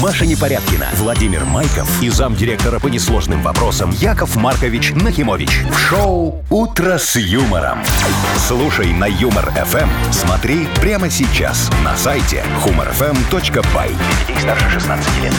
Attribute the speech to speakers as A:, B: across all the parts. A: Маша Непорядкина, Владимир Майков и замдиректора по несложным вопросам Яков Маркович Нахимович. В шоу «Утро с юмором». Слушай на «Юмор-ФМ». Смотри прямо сейчас на сайте humorfm.by. Для детей старше 16 лет.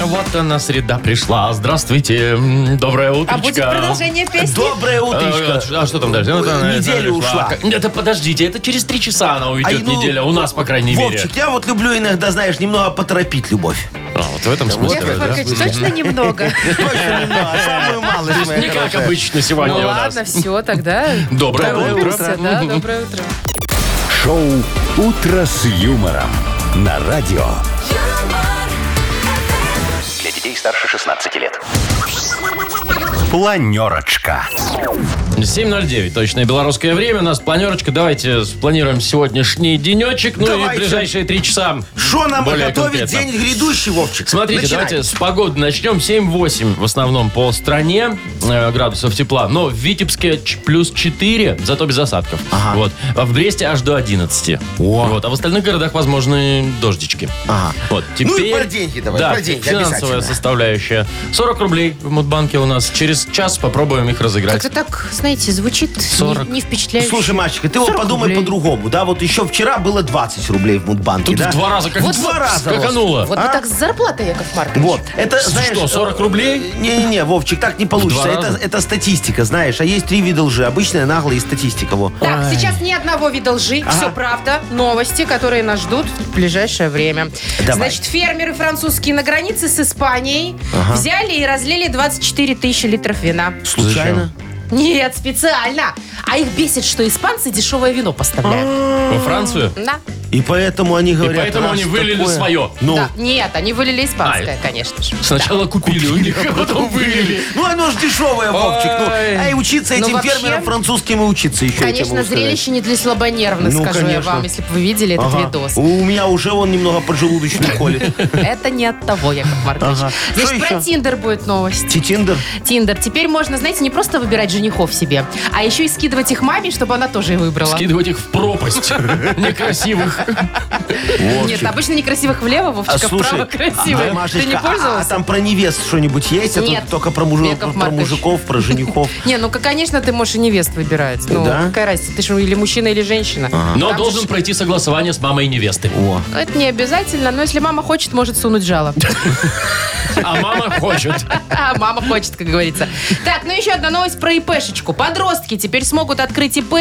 B: Вот она, среда пришла. Здравствуйте. М, Доброе утречко.
C: А будет продолжение песни?
D: Доброе
B: Э,
D: утречко.
B: А что там дальше? Ну, вот она,
D: Неделя
B: она
D: ушла.
B: Как- Это подождите, это через три часа она
D: Ай,
B: уйдет,
D: ну,
B: неделя. У нас, по крайней мере.
D: Вовчик, я вот люблю иногда, знаешь, немного поторопить любовь.
B: А, вот в этом смысле,
C: Яков
B: да.
C: Маркович, точно немного?
D: Точно немного, самую малость, моя
B: Не как
D: хорошая.
B: обычно сегодня
C: Ну
B: у нас.
C: ладно, все, тогда
B: Доброе утро.
C: торопимся, да, доброе утро.
A: Шоу «Утро с юмором» на радио.
E: Для детей старше 16 лет.
A: Планерочка.
B: 7.09, точное белорусское время. У нас планерочка. Давайте спланируем сегодняшний денечек. Ну и
D: Давайте.
B: ближайшие три часа.
D: Что нам
B: Более
D: готовит
B: конкретно.
D: день грядущий, Вовчик?
B: Смотрите,
D: Начинай.
B: давайте с погоды начнем. 7-8 в основном по стране э, градусов тепла. Но в Витебске ч- плюс 4, зато без осадков. Вот. А в Бресте аж до 11.
D: О.
B: Вот. А в остальных городах возможны дождички.
D: Ага.
B: Вот.
D: Ну
B: Теперь,
D: и про деньги давай,
B: Да,
D: про деньги
B: финансовая
D: обязательно.
B: составляющая. 40 рублей в Мудбанке у нас. Через час попробуем их разыграть.
F: Как-то так, знаете, звучит не-
B: 40.
F: не, впечатляюще.
D: Слушай, мальчик, ты вот
F: 40
D: подумай
F: рублей.
D: по-другому. Да, вот еще вчера было 20 рублей в Мудбанке,
B: Тут
D: да?
B: в два раза как
D: Вот в два раза
B: скакануло.
F: вот
D: а?
F: вы так с зарплатой, Яков Маркович.
D: Вот. Это,
B: Что,
D: знаешь, Э,
B: 40 рублей?
D: Не-не-не, Вовчик, так не получится.
B: два
D: Это,
B: раза?
D: это статистика, знаешь. А есть три вида лжи. Обычная, наглая и статистика. Во.
C: Так, сейчас ни одного вида лжи. Все правда. Новости, которые нас ждут в ближайшее время.
D: Давай.
C: Значит, фермеры французские на границе с Испанией взяли и разлили 24 тысячи литров вина.
D: Случайно?
C: Нет, специально. А их бесит, что испанцы дешевое вино поставляют.
B: Во
D: А.
B: Францию?
C: Да.
D: И поэтому они говорят...
B: поэтому
D: раз
B: они вылили
D: такое.
B: свое.
D: Ну,
C: Да. Нет, они вылили испанское,
B: А,
C: конечно же.
B: Сначала купили у них, а потом вылили.
D: ну оно же дешевое, Вовчик. Ну,
B: Ой.
D: а и учиться
C: Ну,
D: этим
C: вообще-
D: фермерам французским и учиться еще. я тебе
F: Конечно,
D: могу сказать.
F: зрелище не для слабонервных,
D: Ну,
F: скажу я
D: конечно.
F: вам, если бы вы видели этот
D: Ага.
F: видос.
D: У меня уже он немного поджелудочный колет.
C: Это не от того, Яков Маркович.
D: Ага. Что
C: Значит, про
D: еще?
C: Тиндер будет новость.
D: Титиндер?
C: Тиндер. Теперь можно, знаете, не просто выбирать женихов себе, а еще и скидывать их маме, чтобы она тоже и выбрала.
B: Скидывать их в пропасть. Некрасивых.
C: Нет, обычно некрасивых влево,
D: А,
C: Вовчика,
D: слушай,
C: вправо красивые.
D: а,
C: Ты не
D: Машечка, а, а
C: пользовался?
D: там про невест что-нибудь есть? А
C: Нет.
D: тут только про, мужи-
C: Яков
D: про
C: Маркович.
D: мужиков, про женихов.
C: Не, ну, ка- конечно, ты можешь и невест выбирать. Ну,
D: Да?
C: какая разница, ты же или мужчина, или женщина.
B: Но
C: Там
B: должен
C: же-
B: пройти согласование с мамой невесты.
D: О.
C: Это не обязательно, но если мама хочет, может сунуть жало.
B: А мама хочет.
C: А, Мама хочет, как говорится. Так, ну еще одна новость про ИПшечку. Подростки теперь смогут открыть ИП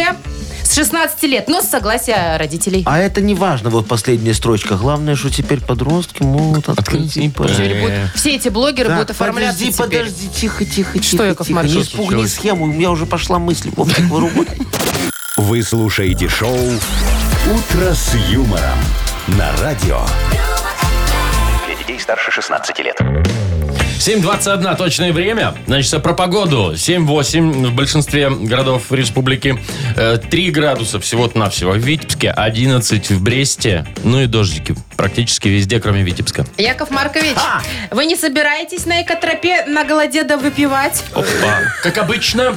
C: с 16 лет, но с согласия родителей.
D: А это не важно, вот последняя строчка. Главное, что теперь подростки могут открыть
B: Открыть
D: ИП.
B: ИП.
C: Теперь будут- все эти блогеры
D: э, Так,
C: будут оформляться
D: подожди,
C: теперь.
D: подожди, тихо, тихо,
C: Что,
D: тихо,
C: Яков
D: тихо.
C: Маркович?
D: Не
B: Что
D: испугни
B: случилось?
D: схему, у меня уже пошла мысль. Вовчик, вырубай.
A: Вы слушаете шоу «Утро с юмором» на радио.
E: Для детей старше 16 лет.
B: 7.21 точное время. Значит, а про погоду. 7-8 в большинстве городов республики. Э, 3 градуса всего-навсего. В Витебске 11 в Бресте. Ну и дождики практически везде, кроме Витебска.
C: Яков Маркович,
D: А!
C: вы не собираетесь на экотропе на голоде да выпивать?
B: Опа. Как обычно,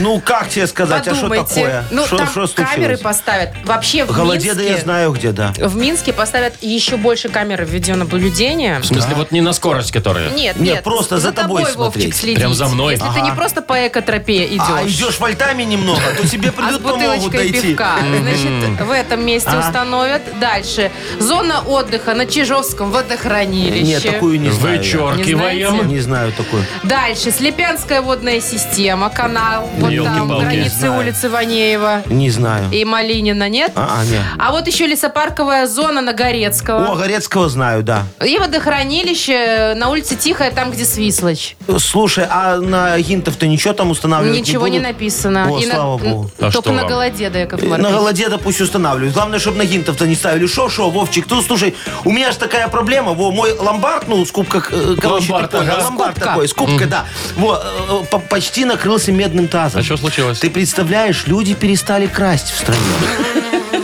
D: Ну, как тебе сказать, а что
C: Подумайте.
D: такое?
C: Ну,
D: Что
C: там
D: что
C: камеры
D: случилось?
C: поставят. Вообще в
D: Голодеда
C: Минске...
D: я знаю где, да.
C: В Минске поставят еще больше камер видеонаблюдения.
B: в смысле, вот не на скорость, которая.
C: Нет, нет,
D: Не, просто за тобой
C: Вовчик,
D: смотреть.
C: следить.
B: Прям за мной?
C: Если ты не просто по экотропе идешь.
D: А идешь вольтами немного, то тебе
C: а с
D: придут помогут
C: бутылочкой
D: дойти. А?
C: пивка. Значит, в этом месте установят. Дальше. Зона отдыха на Чижовском водохранилище.
D: Нет, такую не знаю. я.
C: Не знаете?
B: Вычеркиваем.
D: Не знаю такую.
C: Дальше. Слепянская водная система, канал. Вот там,
B: Ёлки-палки.
D: Не
C: границы
D: Ну, знаю.
C: улицы Ванеева
D: Не знаю.
C: и Малинина, нет?
D: А, а, не.
C: А вот еще лесопарковая зона на
D: О,
C: Горецкого.
D: Горецкого знаю, да.
C: И водохранилище на улице Тихая, там, где Свислочь.
D: Слушай, а на гинтов-то ничего там устанавливать
C: Ничего не
D: не А будут?
C: написано.
D: О,
C: И на-
D: слава богу.
B: А что
C: Только на
B: вам?
C: голоде, да, Яков
D: Э, На
C: Маркович.
D: голоде, да пусть устанавливают. Главное, чтобы на гинтов-то не ставили. Шо, шо, Вовчик, ты слушай, у меня же такая проблема. Во, мой ломбард, ну, с кубках, э, короче,
B: Ломбард,
D: такой,
B: ага.
D: ломбард
C: Скупка.
D: такой, с кубкой, да. Во, э, по- почти накрылся медным тазом.
B: А что случилось?
D: Ты представляешь, люди перестали красть в стране.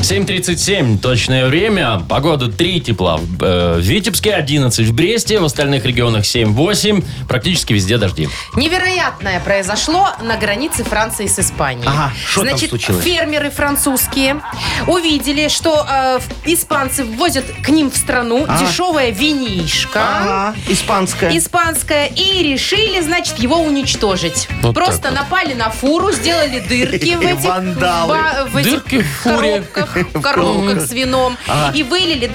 B: 7.37, точное время. Погода 3 тепла. В, э, в Витебске 11, в Бресте, в остальных регионах 7-8. Практически везде дожди.
C: Невероятное произошло на границе Франции с Испанией.
D: Ага, что там
C: Значит,
D: случилось?
C: фермеры французские увидели, что э, в- испанцы ввозят к ним в страну
D: Ага.
C: дешевое винишко.
D: Ага, испанская.
C: Испанское. И решили, значит, его уничтожить.
B: Вот
C: Просто напали на фуру, сделали дырки в этих,
D: Вандалы.
C: ба- в этих
B: Дырки в фуре.
C: коробках, в коробках с вином. И вылили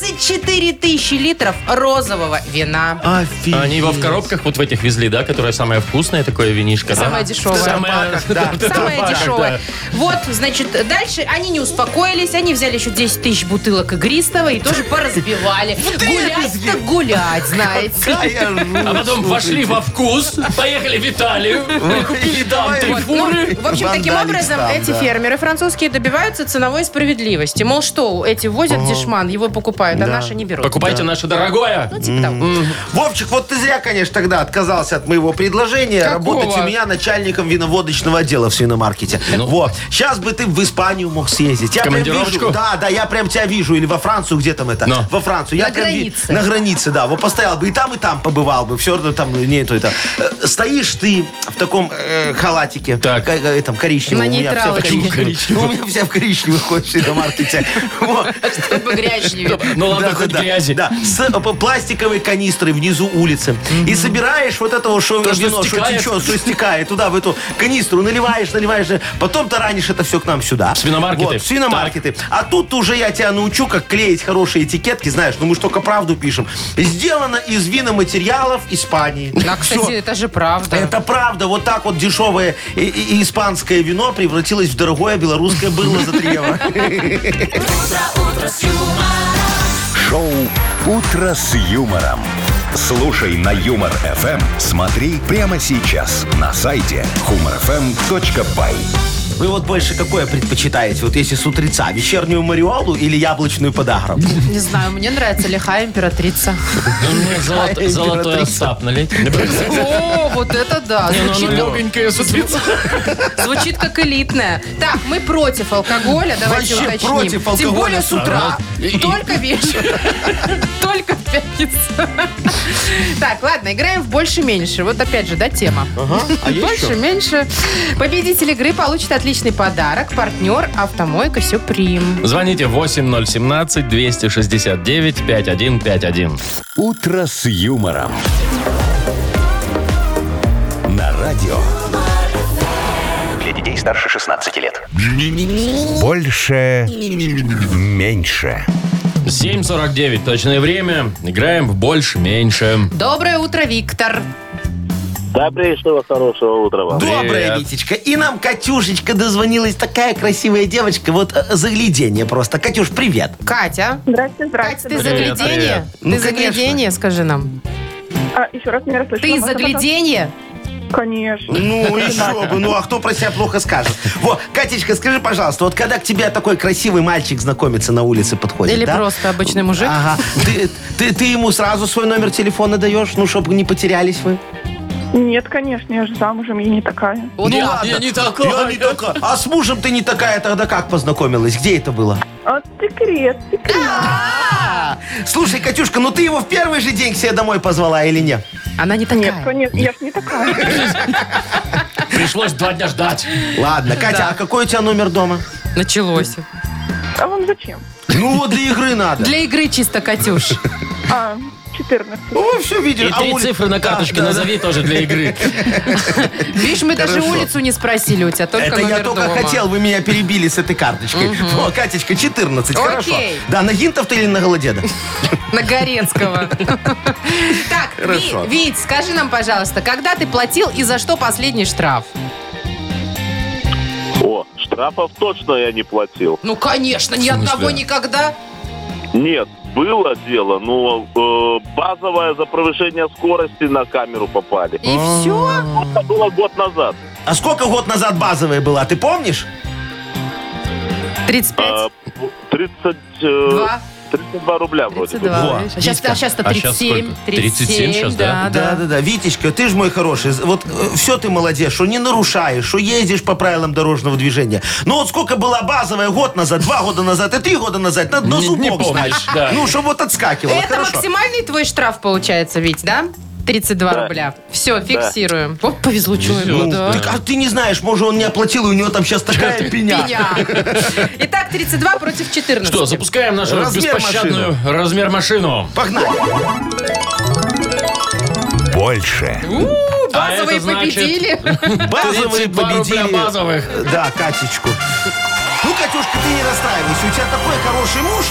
C: 24 тысячи литров розового вина.
D: Офигеть.
B: А Они его в коробках вот в этих везли, да, которое самое вкусное такое винишко. да?
C: Самое дешевое.
B: Самое, да, в
C: Самое
B: табаках,
C: дешевое.
B: да.
C: Вот, значит, дальше они не успокоились, они взяли еще 10 тысяч бутылок игристого и тоже поразбивали. Гулять так гулять, знаете.
D: Какая жуть,
B: А потом вошли
D: слушайте.
B: во вкус, поехали в Италию, купили там три
D: Вот,
C: Ну,
B: фуры.
C: в общем, таким
D: Вандалить
C: образом
D: там,
C: эти
D: да.
C: фермеры французские добиваются ценовой справедливости. Мол, что, эти возят дешман, его покупают, а
D: Да.
C: наши не берут.
B: Покупайте наше дорогое.
C: Ну, типа того.
D: Вовчик, вот ты зря, конечно, тогда отказался от моего предложения
C: Какого?
D: работать у меня начальником виноводочного отдела в свиномаркете. Вот. Сейчас бы ты в Испанию мог съездить. Я прям
B: Ну. командировочку? Ну.
D: вижу- да, да, я прям тебя вижу. Или во Францию, где там это?
B: Но.
D: Во Францию. Я
C: На
D: прям ви-
C: границе.
D: На границе, да. Вот постоял бы и там, и там побывал бы. Все равно там нету это. Э, Стоишь ты в таком э, халатике.
B: Так.
D: Ка- э, там коричневом.
C: На
D: У меня вся в
C: нейтралочке.
D: коричневом. Ну, У меня вся в коричневых хоть свиномаркете. Вот.
G: Чтобы грязь не видно.
B: Ну ладно,
D: Да,
B: хоть
D: да, да.
B: грязи.
D: Да, с э, п- пластиковой канистрой внизу улицы. И собираешь вот этого, что
B: То, что
D: вино, что
B: стекает.
D: течет, что стекает, туда, в эту канистру, наливаешь, наливаешь, э, потом таранишь это все к нам сюда.
B: свиномаркеты.
D: Вот, в свиномаркеты. А тут уже я тебя научу, как клеить хорошие этикетки, знаешь, ну мы ж только правду пишем. Сделано из виноматериалов Испании.
C: Да, А, кстати,
D: Всё.
C: это же правда.
D: Это правда, вот так вот дешевое и- и- и испанское вино превратилось в дорогое белорусское было за 3 евро.
A: Шоу «Утро с юмором». Слушай на Юмор ФМ. Смотри прямо сейчас на сайте humorfm.by.
D: Вы вот больше какое предпочитаете? Вот если с утреца, вечернюю мариолу или яблочную подагру?
C: Не знаю, мне нравится лихая императрица.
B: Ну, мне золот-
D: Какая
B: Золотой
D: императрица.
B: остап налить. Не,
C: О, вот это да.
B: ну,
C: Звучит,
B: она легонькая с утреца.
C: звучит как элитная. Так, мы против алкоголя, давайте
D: Вообще
C: уточним.
D: против алкоголя
C: Тем более с
B: сразу.
C: утра. Только вечером. Только в пятницу. Так, ладно, играем в больше-меньше. Вот опять же, да, тема.
D: А я
C: Больше,
D: еще?
C: меньше. Победитель игры получит отличный подарок. Партнер «Автомойка Сюприм».
B: Звоните 8017-269-5151.
A: «Утро с юмором». На радио
E: Для детей старше 16 лет.
A: «Больше, меньше».
B: 7.49 точное время. Играем в больше-меньше.
C: Доброе утро, Виктор.
H: Добрейшего, хорошего утра вам.
D: Доброе,
B: Привет.
D: Витечка. И нам Катюшечка дозвонилась. Такая красивая девочка. Вот э, загляденье просто. Катюш, привет.
C: Катя.
I: Здравствуйте,
C: Кать,
I: здравствуйте.
C: ты
B: Привет,
C: загляденье?
B: привет.
D: Ну,
C: Ты загляденье, скажи нам.
I: А, еще раз не расслышала.
C: Ты
I: Можно
C: загляденье?
I: пожалуйста? Конечно.
D: Ну, еще бы. Ну, а кто про себя плохо скажет? Вот, Катечка, скажи, пожалуйста, вот когда к тебе такой красивый мальчик знакомится на улице, подходит,
C: Или
D: да? А.
C: просто обычный мужик?
D: Ага. Ты, ты, ты ему сразу свой номер телефона даешь, ну, чтобы не потерялись вы?
I: Нет, конечно, я же замужем, я не такая.
C: Вот
B: Не,
C: ну ладно.
B: я не такой.
D: Я не такая. А с мужем ты не такая тогда как познакомилась? Где это было?
I: А, секрет, секрет.
D: А, Слушай, Катюшка, ну ты его в первый же день к себе домой позвала или нет?
C: Она не
I: Нет,
C: такая.
I: конечно, я ж не такая.
B: Пришлось два дня ждать.
D: Ладно, Катя, а какой у тебя номер дома?
C: Началось.
I: А вам зачем?
D: Ну вот для игры надо.
C: Для игры чисто, Катюш.
I: А, 14.
D: О, все, видишь.
B: И
D: а
B: три
D: улица-
B: цифры на
D: Да,
B: карточке
D: да, да.
B: назови тоже для игры.
C: Видишь, мы даже
D: Хорошо.
C: улицу не спросили у тебя, только
D: Это
C: номер
D: я только
C: дома.
D: хотел, вы меня перебили с этой карточкой. О, Катечка, 14,
C: Окей.
D: хорошо. Да, на Гинтов ты или на Голодеда?
C: На Горецкого. Так, Ви-
D: Хорошо.
C: Вить, скажи нам, пожалуйста, когда ты платил и за что последний штраф?
H: О, штрафов точно я не платил.
C: Ну, конечно, ни
B: В смысле?
C: одного никогда.
H: Нет, было дело, но э, базовое за превышение скорости на камеру попали.
C: И
B: А.
C: все?
H: Это было год назад.
D: А сколько год назад базовая была, ты помнишь?
C: 35?
H: Э, 30, э,
C: 2?
H: 32 рубля вроде бы.
C: 32.
D: Во.
C: видишь? А Сейчас,
B: Витька,
C: а сейчас-то
B: а сейчас
C: 37.
B: сколько? 37 сейчас, А, да?
D: Да, да, да. Витечка, ты же мой хороший. Вот все ты молодец, что не нарушаешь, что ездишь по правилам дорожного движения. Ну вот сколько была базовая год назад, два года назад и три года назад, на, на
B: Не- не
D: зубок
B: помнишь,
D: знаешь.
B: да.
D: Ну, чтобы вот отскакивало.
C: Это
D: Хорошо.
C: максимальный твой штраф получается, Вить, да? 32 рубля. Все, фиксируем. Вот повезло человеку,
D: Ну,
C: да.
D: так, а ты не знаешь, может, он не оплатил, и у него там сейчас такая пеня.
C: Меня. Итак, 32 против 14.
B: Что, запускаем нашу
D: Размер
B: беспощадную размер машину.
D: Погнали.
A: Больше,
D: Ну,
C: У, базовые
B: А это значит-
C: победили.
D: Базовые
B: 32 рубля
D: победили.
B: базовых.
D: Да, Катечку. Ну, Катюшка, ты не расстраивайся. У тебя такой хороший муж,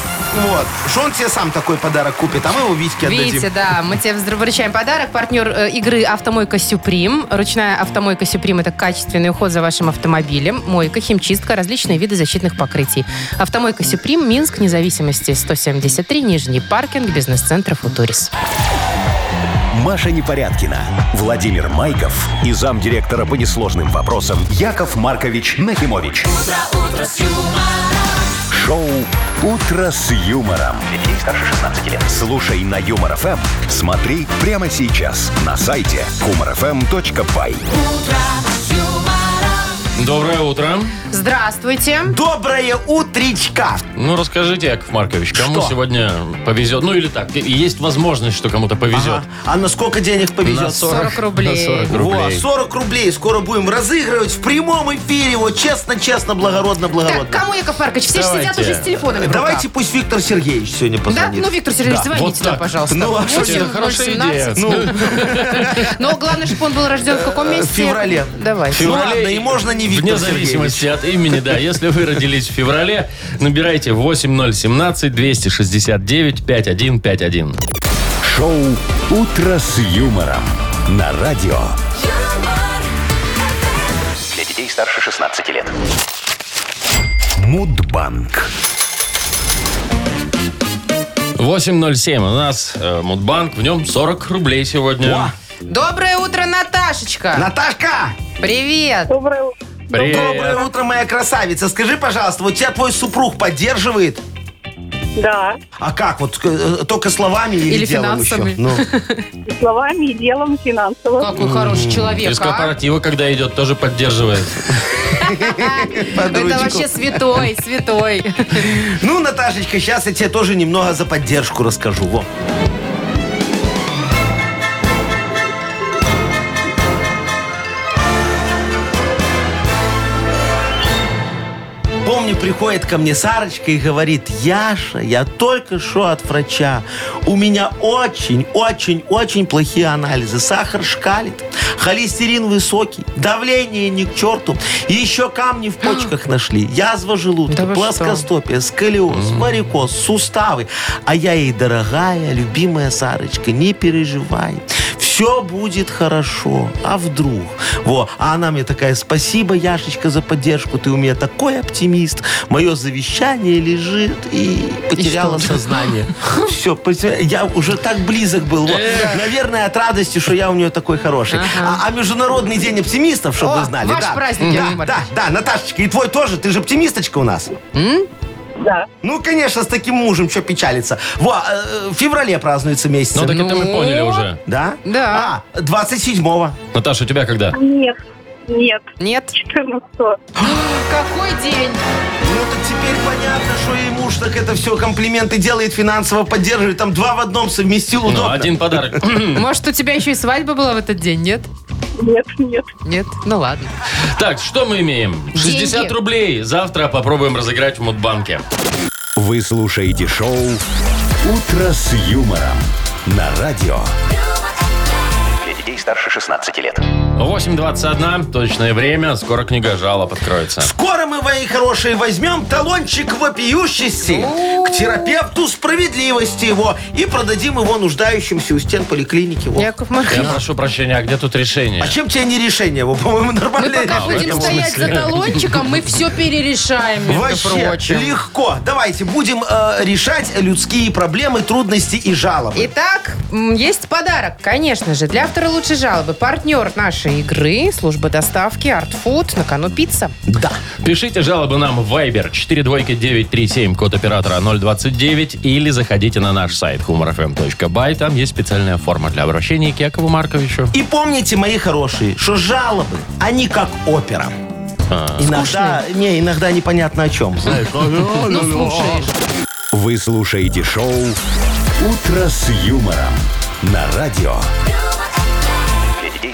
D: вот, что он тебе сам такой подарок купит, а мы его Витьке отдадим.
C: Видите, да, мы тебе вздру- вручаем подарок. Партнер э, игры «Автомойка Сюприм». Ручная «Автомойка Сюприм» — это качественный уход за вашим автомобилем, мойка, химчистка, различные виды защитных покрытий. «Автомойка Сюприм», Минск, независимости 173, Нижний паркинг, бизнес-центр «Футурис».
A: Маша Непорядкина, Владимир Майков и замдиректора по несложным вопросам Яков Маркович Нахимович. Шоу «Утро с юмором».
E: Для детей старше 16 лет.
A: Слушай на Юмор ФМ, смотри прямо сейчас на сайте humorfm.by.
B: Доброе утро.
C: Здравствуйте. Здравствуйте.
D: Ну Доброе утречка!
B: Ну, расскажите, Яков Маркович, кому
D: Что?
B: сегодня повезет? Ну, или так, есть возможность, что кому-то повезет.
D: Ага. А на сколько денег повезет?
B: На 40,
C: 40 рублей.
B: На 40
D: Во,
B: рублей.
D: 40 рублей скоро будем разыгрывать в прямом эфире. Вот честно, честно, благородно,
C: Так,
D: благородно. Э,
C: кому, Яков Маркович? Все же сидят
B: Давайте.
C: уже с телефонами в руках.
D: Давайте пусть Виктор Сергеевич сегодня
C: Да,
D: позвонит.
C: ну, Виктор Сергеевич,
B: Вот
C: звоните нам,
B: так.
C: пожалуйста.
D: Ну, а что
B: Кстати, это
C: 8
B: хорошая
C: 017.
B: идея.
D: Ну,
C: Но Ну, главное, чтобы он был рожден в каком месяце?
D: В феврале.
C: Давай.
D: Ну ладно, и можно не Виктор
B: Вне зависимости от имени, да. Если вы родились в феврале, набирайте 8017-269-5151.
A: Шоу «Утро с юмором» на радио.
E: Для детей старше 16 лет.
A: Мудбанк.
B: 8.07 у нас э, Мудбанк, в нем 40 рублей сегодня.
C: Доброе утро, Наташечка.
D: Наташка!
C: Привет.
I: Доброе утро.
B: Привет.
D: Доброе утро, моя красавица. Скажи, пожалуйста, вот тебя твой супруг поддерживает?
I: Да,
D: А как? Вот э, только словами или,
C: Или
D: делом
C: финансами.
D: еще? Ну,
I: и словами, и делом финансово.
C: Какой хороший человек,
B: Из
C: а.
B: корпоратива, когда идет, тоже поддерживает.
D: под
C: Это
D: ручку.
C: вообще святой, святой.
D: Ну, Наташечка, сейчас я тебе тоже немного за поддержку расскажу. Во. Помню, приходит ко мне Сарочка и говорит, Яша, я только что от врача. У меня очень-очень-очень плохие анализы. Сахар шкалит, холестерин высокий, давление ни к черту. И еще камни в почках нашли, язва желудка,
C: Да вы
D: плоскостопие, сколиоз, варикоз, суставы. А я ей, дорогая, любимая Сарочка, не переживай. Все будет хорошо. А вдруг? Во. А она мне такая, спасибо, Яшечка, за поддержку. Ты у меня такой оптимист. Мое завещание лежит и потеряла сознание. Все, я уже так близок был. Вот. Наверное, от радости, что я у нее такой хороший. А, а Международный день оптимистов, чтобы
C: О,
D: вы знали.
C: ваш
D: да.
C: праздник, Яков
D: да, да,
C: Маркович.
D: да, Наташечка, и твой тоже. Ты же оптимисточка у нас.
I: Да.
D: Ну, конечно, с таким мужем, что печалиться. Во, э, в феврале празднуется месяц.
B: Ну, так это мы
C: Ну.
B: поняли уже.
D: Да?
C: Да.
D: А, 27-го.
B: Наташа, у тебя когда?
I: Нет, нет,
C: Нет?
I: 14
C: Какой день?
D: Ну, так теперь понятно, что и муж так это все комплименты делает, финансово поддерживает. Там два в одном совместил
B: Ну,
D: удобно.
B: один подарок.
C: Может, у тебя еще и свадьба была в этот день, нет?
I: Нет, нет.
C: Нет? Ну ладно.
B: Так, что мы имеем? 60
C: Деньги.
B: рублей. Завтра попробуем разыграть в Мудбанке.
A: Вы слушаете шоу «Утро с юмором» на радио.
E: Для детей старше 16 лет.
B: 8.21, точное время. Скоро книга жалоб откроется.
D: Скоро мы, мои хорошие, возьмем талончик вопиющести к терапевту справедливости его и продадим его нуждающимся у стен поликлиники. Во.
C: Яков
B: Я
C: Маркович.
B: прошу прощения, а где тут решение?
D: А чем тебе не решение? его? По-моему,
C: Мы пока
D: нормальное решение.
C: будем
B: этом
C: стоять за
B: смысле.
C: талончиком, мы все перерешаем, между
D: Вообще
C: прочим.
D: легко. Давайте будем э, решать людские проблемы, трудности и жалобы.
C: Итак, м, есть подарок, конечно же, для автора лучшей жалобы. Партнер нашей игры, служба доставки, артфуд, на кону пицца.
D: Да.
B: Пишите жалобы нам в Viber 42937, код оператора 029, или заходите на наш сайт humorfm.by. Там есть специальная форма для обращения к Якову Марковичу.
D: И помните, мои хорошие, что жалобы, они как опера. Иногда, не, иногда непонятно о чем. Знаешь,
C: Ну, слушаешь.
A: Вы слушаете шоу «Утро с юмором» на радио.
E: Для детей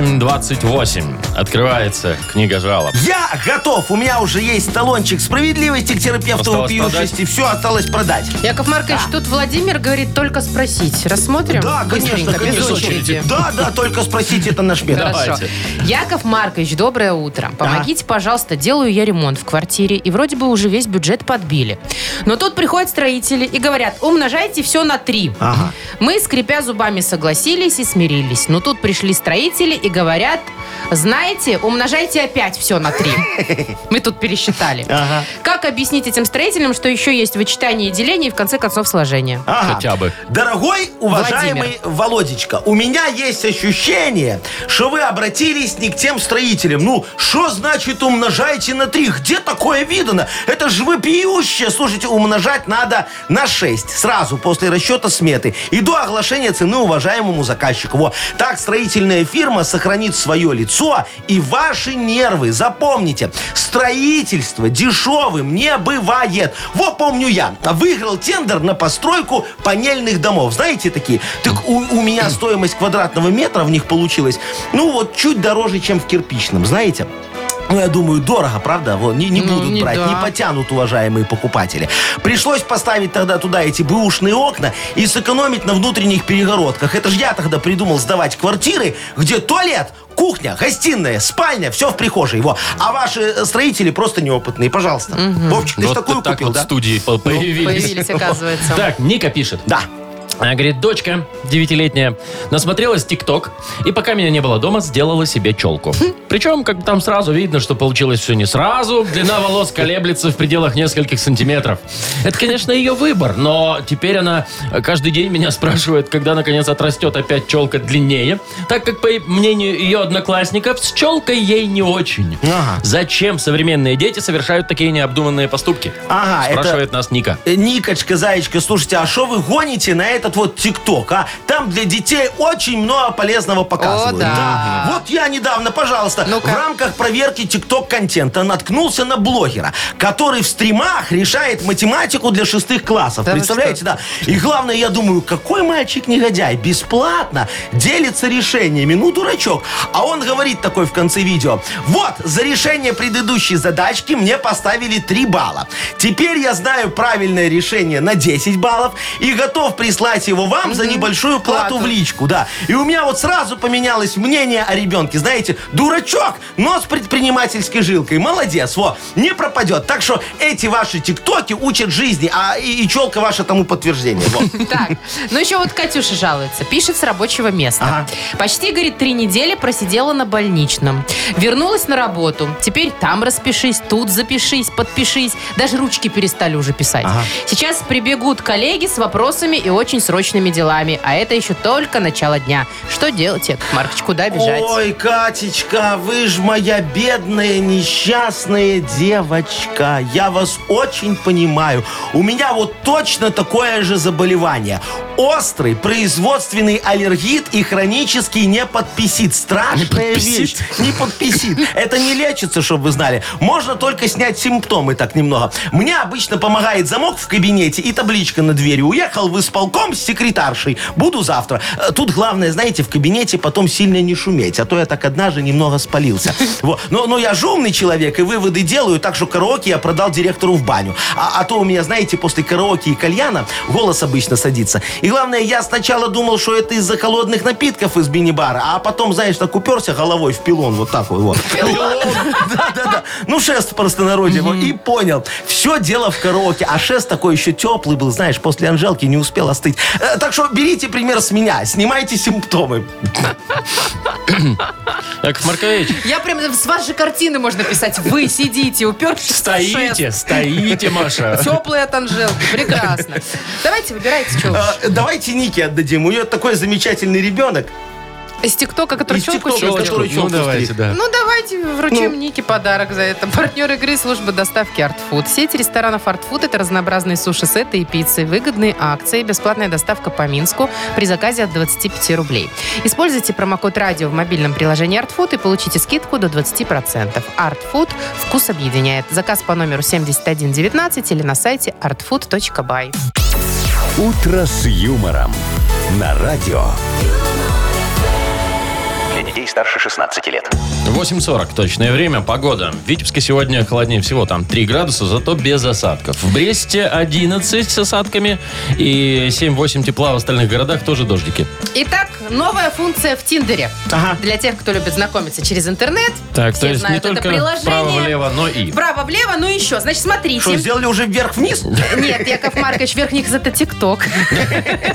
B: 8.28. Открывается книга жалоб.
D: Я готов. У меня уже есть талончик справедливости к терапевту
B: Осталось
D: вопиющести. Все осталось продать.
C: Яков Маркович, тут Владимир говорит только спросить. Рассмотрим?
D: Да, конечно,
C: Быстренько, без
D: конечно.
C: очереди.
D: Да, да, только спросить это наш метод.
C: Хорошо.
B: Давайте.
C: Яков Маркович, доброе утро. Помогите, пожалуйста, делаю я ремонт в квартире, и вроде бы уже весь бюджет подбили. Но тут приходят строители и говорят, умножайте все на три.
D: Ага.
C: Мы, скрипя зубами, согласились и смирились. Но тут пришли строители и говорят, знаете, умножайте опять все на три. Мы тут пересчитали.
D: Ага.
C: Как объяснить этим строителям, что еще есть вычитание и деление, и в конце концов сложение?
D: Ага.
B: Хотя бы.
D: Дорогой, уважаемый Володечка, у меня есть ощущение, что вы обратились не к тем строителям. Ну, что значит умножайте на 3? Где такое видано? Это же вопиющее. Слушайте, умножать надо на 6. Сразу после расчета сметы. И до оглашения цены уважаемому заказчику. Во. Так строительная фирма фирма сохранит свое лицо и ваши нервы. Запомните, строительство дешевым не бывает. Вот помню я, выиграл тендер на постройку панельных домов. Знаете такие? Так у, у меня стоимость квадратного метра в них получилась, ну вот чуть дороже, чем в кирпичном, знаете? Ну, я думаю, дорого, правда? Вот, не, не
C: Ну,
D: будут
C: не
D: брать,
C: да.
D: не потянут уважаемые покупатели. Пришлось поставить тогда туда эти бэушные окна и сэкономить на внутренних перегородках. Это же я тогда придумал сдавать квартиры, где туалет, кухня, гостиная, спальня, все в прихожей. его. А ваши э, строители просто неопытные. Пожалуйста. Вовчик, ты ж
B: Вот
D: такую
B: так
D: купил,
B: вот
D: да? Ну,
B: студии по- появились.
C: Появились, оказывается.
B: Так, Ника пишет.
D: Да.
B: Она говорит, дочка девятилетняя насмотрелась ТикТок, и пока меня не было дома, сделала себе челку.
D: Хм.
B: Причем, как бы там сразу видно, что получилось все не сразу. Длина волос колеблется в пределах нескольких сантиметров. Это, конечно, ее выбор, но теперь она э, каждый день меня спрашивает, когда, наконец, отрастет опять челка длиннее, так как, по мнению ее одноклассников, с челкой ей не очень.
D: Ага.
B: Зачем современные дети совершают такие необдуманные поступки?
D: Ага, это-
B: Спрашивает нас Ника.
D: Э, Никочка, Заечка, слушайте, а что вы гоните на этот вот ТикТок, а? Там для детей очень много полезного показывают.
C: О, да.
D: Вот я недавно, пожалуйста,
C: Ну-ка.
D: в рамках проверки ТикТок-контента наткнулся на блогера, который в стримах решает математику для шестых классов.
C: Да вы
D: Представляете, да? И главное, я думаю, какой мальчик-негодяй бесплатно делится решениями. Ну, дурачок. А он говорит такой в конце видео. Вот, за решение предыдущей задачки мне поставили 3 балла. Теперь я знаю правильное решение на 10 баллов и готов прислать его вам за небольшую плату в
C: Плату.
D: личку, да. И у меня вот сразу поменялось мнение о ребенке. Знаете, дурачок, но с предпринимательской жилкой. Молодец, во, не пропадет. Так что эти ваши тиктоки учат жизни, а и, и челка ваша тому подтверждение. Во.
C: Так,
G: Ну еще вот Катюша жалуется. Пишет с рабочего места.
D: Ага.
G: Почти, говорит, три недели просидела на больничном. Вернулась на работу. Теперь там распишись, тут запишись, подпишись. Даже ручки перестали уже писать. Сейчас прибегут коллеги с вопросами и очень срочными делами. А это еще только начало дня. Что делать, Яков Маркович? Куда бежать?
D: Ой, Катечка, вы ж моя бедная несчастная девочка. Я вас очень понимаю. У меня вот точно такое же заболевание. Острый производственный аллергит и хронический неподписит. Страшная вещь. Не подписит. Это не лечится, чтобы вы знали. Можно только снять симптомы так немного. Мне обычно помогает замок в кабинете и табличка на двери. Уехал в исполком с секретаршей. Буду завтра. Э, Тут главное, знаете, в кабинете потом сильно не шуметь. А то я так одна же немного спалился. Вот. Но, но я же умный человек и выводы делаю, так что караоке я продал директору в баню. А, а то у меня, знаете, после караоке и кальяна голос обычно садится. И главное, я сначала думал, что это из-за холодных напитков из бинибара, а потом, знаешь, так уперся головой в пилон вот так вот. вот. Да-да-да. Ну, шест в простонародье. вот, И понял. Все дело в караоке. А шест такой еще теплый был, знаешь, после Анжелки не успел остыть. Э, Так что берите пример с меня. Снимайте симптомы.
B: Яков Маркович,
C: я прям с вашей картины можно писать. Вы сидите, упершись в
B: стоите, стоите, Маша.
C: Теплые от Анжелки. Прекрасно. Давайте, выбирайте, что лучше.
D: Э, Давайте Нике отдадим. У нее такой замечательный ребенок.
C: Из ТикТока, который
D: Из
C: челку
D: ТикТока,
C: щелкнул.
D: который
B: Ну, давайте, да.
C: Ну, давайте вручим Нике подарок за это. Партнер игры служба доставки Art Food. Сеть ресторанов Art Food – это разнообразные суши-сеты и пиццы, выгодные акции, бесплатная доставка по Минску при заказе от 25 рублей. Используйте промокод «Радио» в мобильном приложении Art Food и получите скидку до 20%. Art Food – вкус объединяет. Заказ по номеру 7119 или на сайте artfood.by.
A: «Утро с юмором» на радио.
E: Для детей старше 16 лет.
B: 8.40 точное время, погода. В Витебске сегодня холоднее всего, там 3 градуса, зато без осадков. В Бресте 11 с осадками и 7-8 тепла в остальных городах тоже дождики.
C: Итак, новая функция в Тиндере. Для тех, кто любит знакомиться через интернет.
B: Так,
C: Все
B: то есть не
C: знают это
B: только
C: приложение.
B: право-влево, но и...
C: Вправо-влево, ну еще. Значит, смотрите.
D: Что, сделали уже вверх-вниз?
C: Нет, Яков Маркович, верхних это ТикТок.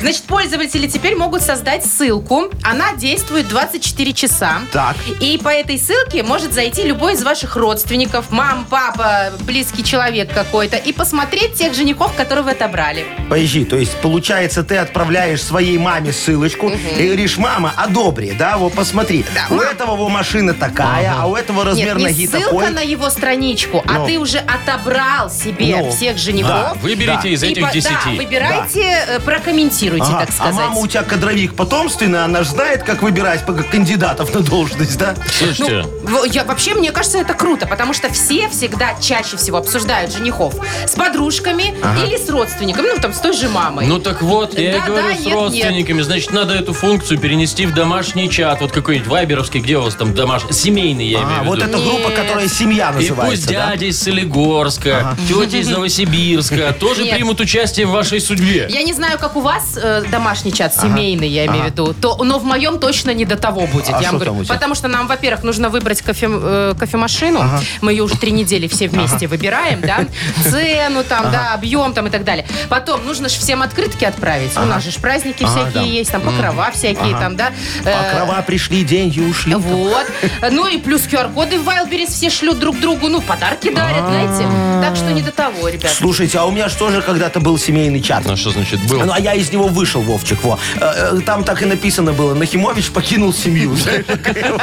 G: Значит, пользователи теперь могут создать ссылку. Она действует 24 часа.
D: Так.
G: И по этой ссылке может зайти любой из ваших родственников, мам, папа, близкий человек какой-то, и посмотреть тех женихов, которые вы отобрали.
D: Поезжи, то есть, получается, ты отправляешь своей маме ссылочку и говоришь, мама, одобри, да, вот посмотри, у этого во машина такая, а у этого
G: Нет,
D: размер
G: не
D: ноги
G: ссылка
D: такой.
G: на его страничку, а
D: Ну.
G: ты уже отобрал себе
D: Ну,
G: всех женихов.
D: да.
B: А, Выберите
D: Да.
B: из
C: Типа,
G: И
B: этих
G: по-
B: 10.
G: Да, выбирайте, э, прокомментируйте,
D: Ага,
G: так сказать.
D: А мама у тебя кадровик потомственный, она ж знает, как выбирать выбирать пока кандидатов на должность, да?
C: Ну,
B: Слушайте,
C: во- я, вообще, мне кажется, это круто, потому что все всегда чаще всего обсуждают женихов с подружками или с родственниками, ну, там, с той же мамой.
B: ну так вот, я и
C: Да,
B: говорю
C: да,
B: с
C: нет,
B: родственниками, значит, надо эту функцию перенести в домашний чат, вот какой-нибудь вайберовский, где у вас там домашний, семейный, я имею
D: А,
B: в виду.
D: вот эта группа,
C: Нет.
D: которая семья
B: И пусть
D: называется, да?
B: дядя из Солигорска, тетя из Новосибирска тоже
C: Нет.
B: примут участие в вашей судьбе.
C: Я не знаю, как у вас э, домашний чат, семейный, я имею в виду, то, но в моем точно не до того будет.
D: А
C: я
D: что
C: вам говорю.
D: там у тебя?
C: потому что нам, во-первых, нужно выбрать кофе, э, кофемашину. Мы ее уже три недели все вместе выбираем, да. Цену там, да, объем там и так далее. Потом нужно же всем открытки отправить. У нас же ж праздники всякие
D: да.
C: есть, там покрова всякие, там, да. Э,
D: Покрова А пришли, деньги ушли.
C: Вот. Ну и плюс QR-коды в Wildberries все шлют друг другу. Ну, подарки
D: А.
C: дарят, знаете. Так что не до того, ребят.
D: Слушайте, а у меня же тоже когда-то был семейный чат.
B: Ну что значит был?
D: Ну, а я из него вышел, Вовчик, во. Э, э, Там так и написано было, Нахимович покинул семью. знаешь, такая вот.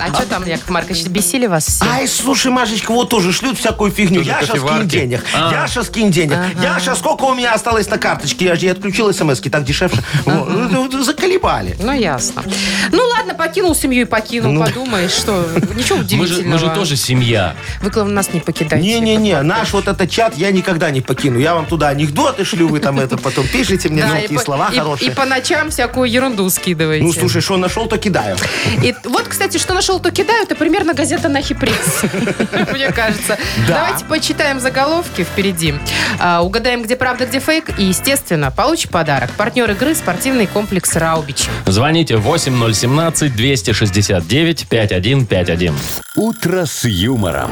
C: А что там, Яков Маркович, бесили вас все?
D: Ай, слушай, Машечка, вот тоже шлют всякую фигню.
B: Тоже
D: Яша,
B: кофеварки.
D: скинь денег.
B: А.
D: Яша, скинь денег. Яша, сколько у меня осталось на карточке? Я же я отключил смс так дешевше. Вот. Ну, ну, Заколебали.
C: Ну, ясно. Ну, ладно, покинул семью и покинул, подумаешь, что... Ничего
B: Мы же,
C: удивительного.
B: мы же тоже семья.
C: Вы, главное, нас не покидайте.
J: типа,
D: Не-не-не, наш вот этот чат я никогда не покину. Я вам туда анекдоты шлю, вы там это потом пишите мне
J: Да, и
D: мелкие
J: по-
D: слова
J: и- И
D: хорошие.
J: по ночам всякую ерунду скидываете.
D: Ну, слушай, что нашел, то кидаю.
C: И вот, кстати, что нашел, то кидаю, это примерно газета «Нахи пресс», мне кажется.
J: Давайте почитаем заголовки впереди.
C: А, Угадаем, где правда, где фейк. И, естественно, получи подарок. Партнер игры «Спортивный комплекс Раубичи».
B: Звоните 8017-269-5151.
A: «Утро с юмором».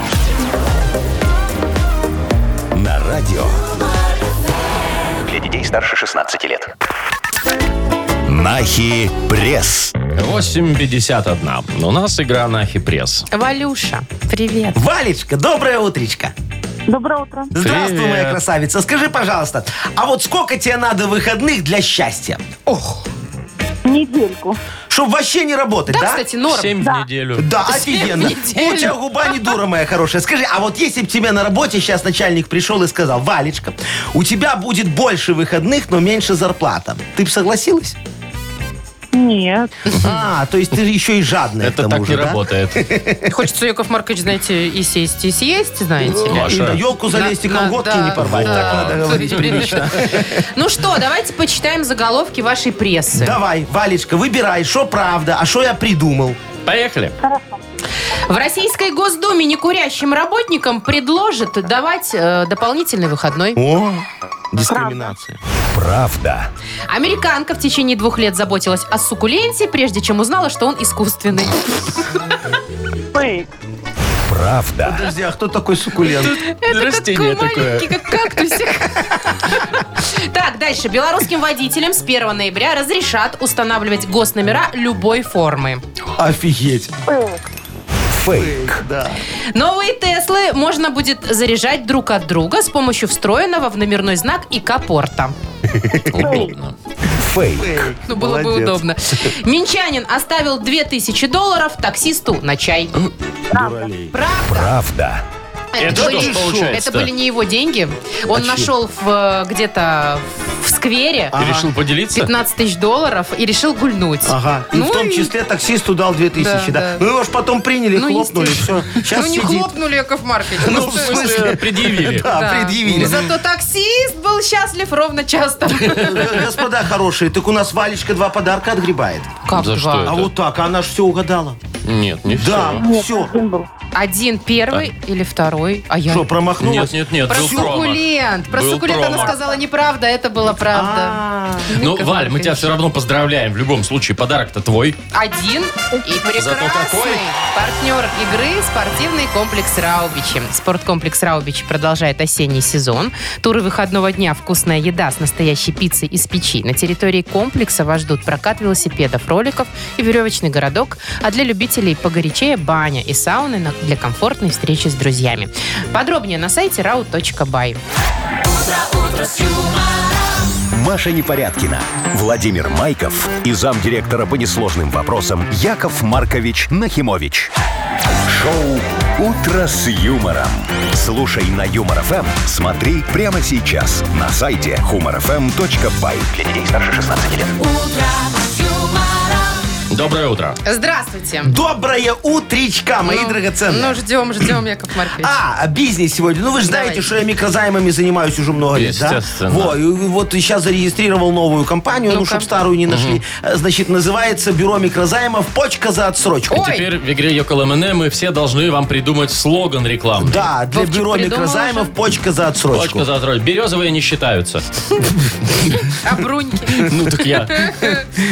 A: На радио.
E: Для детей старше 16 лет.
A: Нахи пресс.
B: 8.51. У нас игра на хипресс.
C: Валюша, привет.
D: Валечка, доброе утречко.
I: Доброе утро.
D: Здравствуй,
B: Привет.
D: моя красавица. Скажи, пожалуйста, а вот сколько тебе надо выходных для счастья?
I: Недельку.
D: Чтобы вообще не работать,
C: Да,
D: да?
C: кстати, норм.
B: 7 в неделю.
D: Да,
C: Семь
D: офигенно.
C: недель.
D: У тебя губа не дура, моя хорошая. Скажи, а вот если бы тебе на работе сейчас начальник пришел и сказал, Валечка, у тебя будет больше выходных, но меньше зарплата. Ты бы согласилась?
I: Нет.
D: А, то есть ты же еще и жадная. к
B: Это так
D: тому же,
B: не
D: да?
B: работает.
C: Хочется, Яков Маркович, знаете, и сесть, и съесть, знаете ли.
D: И на
B: Маша,
D: елку залезть и
C: На- на-
D: колготки
C: да,
D: не порвать.
C: да.
D: Так надо говорить прилично.
C: Ну что, давайте почитаем заголовки вашей прессы.
D: Давай, Валечка, выбирай, что правда, а что я придумал.
B: поехали.
C: В Российской Госдуме некурящим работникам предложат давать э, дополнительный выходной.
D: О, дискриминация.
A: Правда.
C: Американка в течение двух лет заботилась о суккуленте, прежде чем узнала, что он искусственный.
I: Фейк.
A: Правда.
D: Подожди, а кто такой суккулент?
B: Растение
C: такой
B: такое.
C: маленький, как кактусик. Так, дальше. Белорусским водителям с 1 ноября разрешат устанавливать госномера любой формы.
D: Офигеть.
A: Фейк.
D: Да.
C: Новые Теслы можно будет заряжать друг от друга с помощью встроенного в номерной знак ИК-порта.
B: Удобно.
A: Фейк.
C: Ну, было бы
D: Молодец.
C: удобно. Минчанин оставил 2000 долларов таксисту на чай. Правда?
A: Правда.
B: Это
C: были-
B: что ж получается-то?
C: это были не его деньги. Он нашел в, э, где-то в сквере
B: Ты решил поделиться?
C: 15 тысяч долларов и решил гульнуть.
D: Ага. И
C: Ну
D: в том
C: и-
D: числе таксисту дал 2000,
C: Да,
D: да.
C: да.
D: Ну его ж потом приняли,
C: Ну,
D: хлопнули, все.
C: естественно.
D: Сейчас
J: ну не
D: сидит.
J: хлопнули, Яков Маркович.
D: Ну,
J: Ну,
D: в
J: что-
D: смысле?
B: Предъявили.
D: Да,
J: Да.
D: предъявили.
C: Зато таксист был счастлив ровно часто.
D: Господа хорошие, так у нас Валечка два подарка отгребает.
C: Как
B: За
C: два?
B: что это?
D: А вот так, она ж все угадала.
B: Нет, не
D: Да,
B: все.
D: все.
I: Один был.
C: Один первый или второй? А я...
D: Что,
B: Нет,
D: промахнулась?
B: нет, нет,
C: Про
B: был промо.
C: суккулент. Про
B: Был
C: суккулент она
B: промо.
C: сказала неправда, это было правда.
D: А,
B: Ну,
C: Яков
B: Валь, мы
C: Маркович.
B: тебя все равно поздравляем. В любом случае, подарок-то твой.
C: Один и прекрасный.
B: Зато какой?
C: Партнер игры – спортивный комплекс «Раубичи». Спорткомплекс «Раубичи» продолжает осенний сезон. Туры выходного дня «Вкусная еда» с настоящей пиццей из печи. На территории комплекса вас ждут прокат велосипедов, роликов и веревочный городок. А для любителей погорячее – баня и сауны на- для комфортной встречи с друзьями. Подробнее на сайте rau.by.
A: Маша Непорядкина, Владимир Майков и замдиректора по несложным вопросам Яков Маркович Нахимович. Шоу «Утро с юмором». Слушай на Юмор ФМ, смотри прямо сейчас на сайте humorfm.by. Для детей старше 16 лет.
B: Доброе утро.
C: Здравствуйте.
D: Доброе утречка, мои драгоценные.
C: Ну, ждем, ждем, Яков Маркович.
D: А, о бизнес сегодня. Ну, вы же знаете,
C: Давай.
D: что я микрозаймами занимаюсь уже много лет, да?
B: Естественно.
D: Во, и вот сейчас зарегистрировал новую компанию, ну,
C: Ну-ка.
D: чтобы старую не нашли. Э, Значит, называется Бюро микрозаймов «Почка за отсрочку».
C: Ой.
B: Теперь в игре Йокол мы все должны вам придумать слоган рекламный.
D: Да, для
C: Вовчик
D: Бюро
C: придумал
D: микрозаймов
C: уже?
D: «Почка за отсрочку».
B: Точка за трой. Березовые не считаются.
C: А бруньки.
B: Ну так я.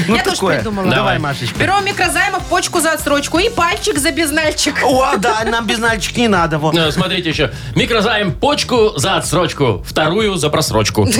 D: Ну,
C: Я тоже
D: такое.
C: придумала.
B: Давай.
D: Давай, Машечка.
C: Берем микрозаймов, почку за отсрочку и пальчик за безнальчик.
D: О, да, нам без нальчик не надо. во.
B: Э, Смотрите еще. Микрозайм почку за отсрочку, вторую за просрочку.
D: Ну,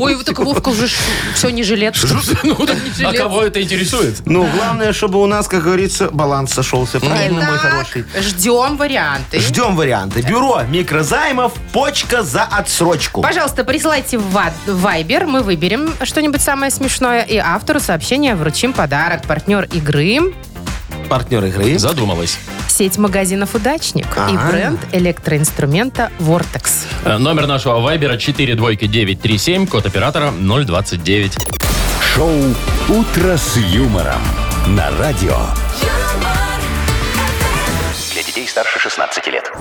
G: Ой, вот
D: типа
G: так Вовка уже все не жилет.
B: Ну, так, а кого это интересует?
D: Ну, главное, чтобы у нас, как говорится, баланс сошелся. Правильно, мой хороший?
C: ждем варианты.
D: Ждем варианты. Бюро микрозаймов «Почка за отсрочку».
C: Пожалуйста, присылайте в ва- Вайбер, мы выберем что-нибудь самое смешное, и автору сообщения вручим подарок. Партнер игры
D: Партнер игры.
B: Задумалась.
C: сеть магазинов «Удачник» и
D: А.
C: бренд электроинструмента «Вортекс».
B: Э, Номер нашего вайбера 42937, код оператора 029.
A: Шоу «Утро с юмором» на радио.
E: Для детей старше 16 лет.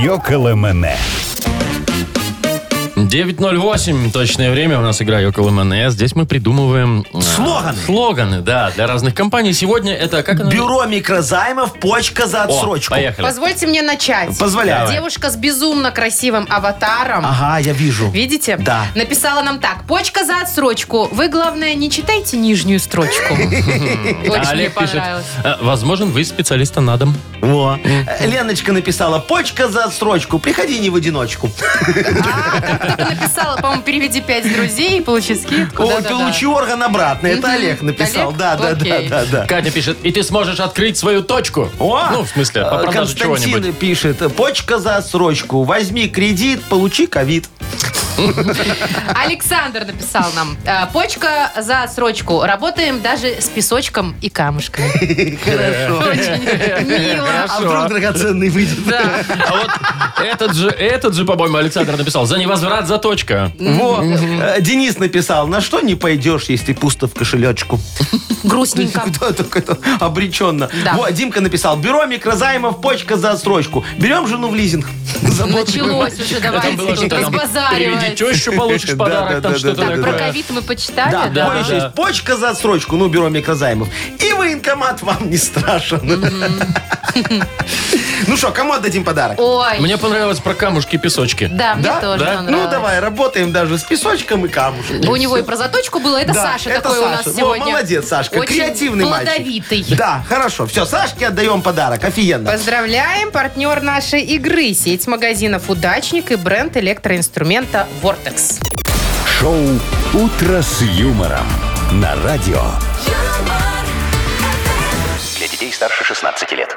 A: Йоколэ
B: 9.08, точное время, у нас игра Йокол МНС. Здесь мы придумываем... э,
D: Слоганы.
B: Слоганы, да, для разных компаний. Сегодня это как оно?
D: Бюро микрозаймов «Почка за
B: О,
D: отсрочку».
B: поехали.
C: Позвольте мне начать.
D: Позволяю. Давай.
C: Девушка с безумно красивым аватаром.
D: Ага, я вижу.
C: Видите?
D: Да.
C: Написала нам так. Почка за отсрочку. Вы, главное, не читайте нижнюю строчку. Очень мне
B: Олег пишет,
C: понравилось.
B: э, возможен вы специалиста на дом.
D: Во. Э, Леночка написала «Почка за отсрочку, приходи не в одиночку».
C: А, там кто-то написала, по-моему, переведи пять друзей и получи скидку.
D: О,
C: Да-да-да.
D: получи орган обратно. Это
C: Мгм.
D: Олег написал.
C: Олег?
D: Да, да, да,
C: Окей.
D: да, да.
B: Катя пишет, и ты сможешь открыть свою точку.
D: О,
B: ну, в смысле, по
D: э,
B: продаже чего-нибудь.
D: Константин пишет, почка за отсрочку, возьми кредит, получи ковид.
C: Александр написал нам. э, Почка за срочку. Работаем даже с песочком и камушками.
D: Хорошо.
C: Очень мило.
D: А вдруг драгоценный выйдет?
C: Да.
B: А вот этот же, этот же, по-моему, Александр написал, за невозврат заточка.
D: Во. Э, Денис написал, на что не пойдешь, если пусто в кошелечку?
C: Грустненько.
D: Да, так это обреченно.
C: Да.
D: Вот, Димка написал, бюро микрозаймов, почка за отсрочку. Берем жену в лизинг.
C: Началось уже,
B: Это было
C: давайте.
B: что-то там, переведи
C: Разбазаривать.
B: тещу, получишь
D: Да, да,
B: подарок, там
D: да,
B: что-то
D: да, да,
C: Так, про
B: такое.
C: ковид мы
D: Да,
C: почитали,
D: да,
B: да,
D: еще
B: да.
D: есть почка за отсрочку, ну, бюро микрозаймов. И военкомат вам не страшен. Ну что, кому отдадим подарок?
C: Ой.
B: Мне понравилось про камушки и песочки.
C: Да, мне
D: Да?
C: тоже
B: Да?
C: понравилось.
D: Ну, давай, работаем даже с песочком и камушком.
C: У него и про заточку было. Это
D: Да,
C: Саша
D: это
C: такой у нас
D: Саша. Во,
C: сегодня.
D: молодец, Сашка,
C: Очень
D: креативный мальчик.
C: плодовитый.
D: Да, хорошо. Все, Сашке отдаем подарок. Офигенно.
C: Поздравляем, партнер нашей игры. Сеть магазинов «Удачник» и бренд электроинструмента «Вортекс».
A: Шоу «Утро с юмором» на радио.
E: Для детей старше 16 лет.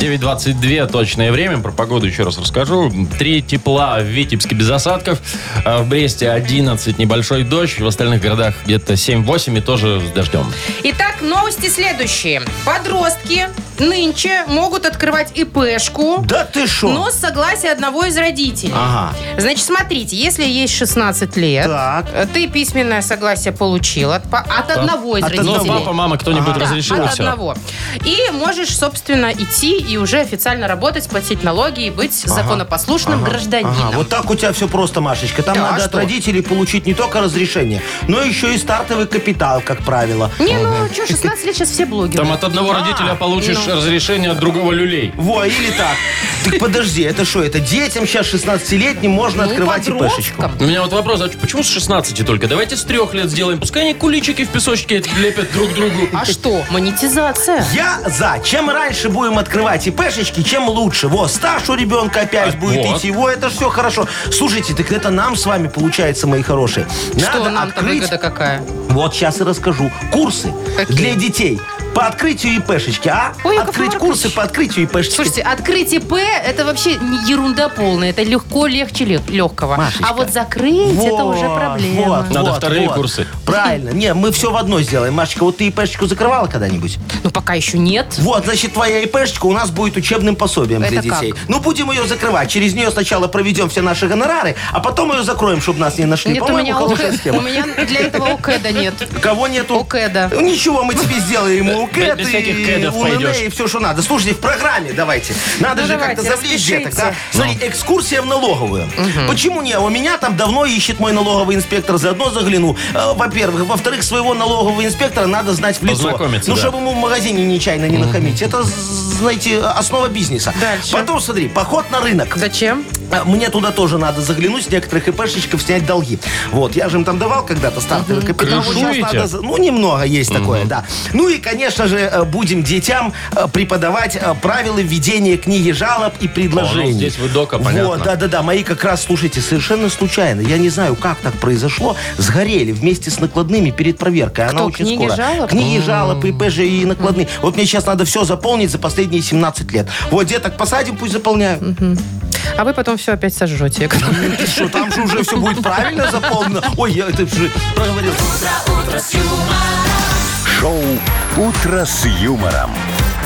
B: 9.22 точное время. Про погоду еще раз расскажу. Три тепла в Витебске без осадков. а В Бресте 11 небольшой дождь. В остальных городах где-то 7-8 и тоже с дождем.
C: Итак, новости следующие. Подростки нынче могут открывать ИПшку,
D: Да ты шо?
C: но с согласия одного из родителей.
D: Ага.
C: Значит, смотрите, если есть 16 лет,
D: Так.
C: э, ты письменное согласие получил от, по- от одного из
D: От
C: родителей.
B: Ну, папа, мама, кто-нибудь
D: А,
C: Да,
B: разрешил и
C: от
B: все.
C: одного. И можешь, собственно, идти и уже официально работать, платить налоги и быть законопослушным гражданином.
D: Ага, вот так у тебя все просто, Машечка. Там
C: Да,
D: надо
C: а
D: от
C: что?
D: родителей получить не только разрешение, но еще и стартовый капитал, как правило.
C: Не, ну что, 16 лет сейчас все блогеры. Ну,
B: Там от одного родителя получишь разрешение, от другого люлей.
D: Во, или так. Так подожди, это что, это детям сейчас 16-летним можно
C: Ну,
D: открывать
C: подросткам.
D: ИПшечку?
B: У меня вот вопрос, а почему с 16 только? Давайте с трех лет сделаем. Пускай они куличики в песочке лепят друг другу.
C: А что, монетизация?
D: Я за. Чем раньше будем открывать ИПшечки, чем лучше. Во, стаж у ребенка опять
B: А,
D: будет
B: вот.
D: идти. Во, это все хорошо. Слушайте, так это нам с вами получается, мои хорошие. Надо
C: что нам-то
D: открыть...
C: выгода какая?
D: Вот сейчас и расскажу. Курсы
C: Какие?
D: для детей. По открытию ИПшечки, а?
C: Ой, Яков
D: Открыть
C: Маркович.
D: курсы по открытию ИПшечки.
G: Слушайте, открыть ИП это вообще не ерунда полная. Это легко, легче лег- легкого.
D: Машечка.
G: А вот закрыть это уже
D: Вот,
G: проблема.
D: вот,
B: Надо
D: вот,
B: вторые
D: вот.
B: курсы.
D: Правильно. Не, мы все в одно сделаем. Машечка, вот ты ИПшечку закрывала когда-нибудь?
G: Ну, пока еще нет.
D: Вот, значит, твоя ИПшечка у нас будет учебным пособием для
G: Это как?
D: детей. Ну, будем ее закрывать. Через нее сначала проведем все наши гонорары, а потом ее закроем, чтобы нас не нашли.
G: Нет, у
D: По-моему,
G: меня,
D: хорошая
G: ОК- у
D: схема.
G: меня для этого ОКЭДа нет.
D: Кого нету?
G: ОКЭДа.
D: Ну, Ничего, мы тебе сделаем ему укэт
B: без всяких
D: и
B: кэдов пойдешь.
D: УНН и все, что надо. Слушайте, в программе давайте. Надо
C: Ну,
D: же
C: давайте,
D: как-то завлечь
C: распишите.
D: деток, да?
B: Ну.
D: Смотри, экскурсия в налоговую. Почему не? У меня там давно ищет мой налоговый инспектор. Заодно загляну. Э, Во-первых. Во-вторых, своего налогового инспектора надо знать в лицо.
B: Познакомиться,
D: Ну,
B: да.
D: чтобы ему в магазине нечаянно не нахамить. Это, знаете, основа бизнеса.
C: Дальше.
D: Потом, смотри, поход на рынок.
C: Зачем?
D: А, Мне туда тоже надо заглянуть, с некоторых ИПшечков снять долги. Вот, я же им там давал когда-то стартовый капитал. вот сейчас
B: Крышуете?
D: надо за- Ну, немного есть такое, да. Ну и, конечно же, э, будем детям э, преподавать э, правила введения книги жалоб и предложений.
B: О, ну, здесь вы дока, понятно.
D: Вот, да-да-да, мои как раз, слушайте, совершенно случайно, я не знаю, как так произошло, сгорели вместе с накладными перед проверкой. Она
G: Кто,
D: очень
G: книги
D: скоро.
G: жалоб?
D: Книги жалоб, ИП же и накладные. Вот мне сейчас надо все заполнить за последние 17 лет. Вот деток посадим, пусть заполняют.
C: А вы потом все опять сожжете.
D: Ну ты что, там же уже все будет правильно заполнено. Ой, я это же проговорил.
A: Шоу «Утро с юмором».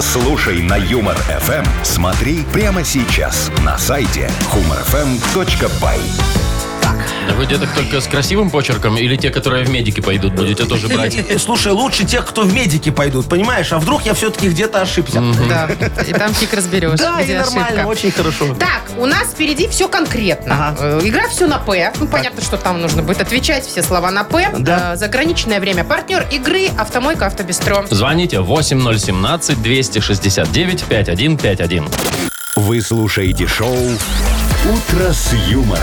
A: Слушай на Юмор ФМ. Смотри прямо сейчас на сайте humorfm.by.
B: Вы деток только с красивым почерком или те, которые в медики пойдут, будете тоже брать?
D: Э, Слушай, лучше тех, кто в медики пойдут, понимаешь? А вдруг я все-таки где-то ошибся?
C: Да. И там фиг разберешь,
D: Да, и
C: где
D: нормально,
C: ошибка.
D: очень хорошо.
C: Так, у нас впереди все конкретно.
D: Ага.
C: Э, Игра все на П. Ну, понятно, что там нужно будет отвечать все слова на П.
D: Да.
C: Э, Заграничное время. Партнер игры «Автомойка Автобестро».
B: Звоните 8017-269-5151.
A: Вы слушаете шоу «Утро с юмором»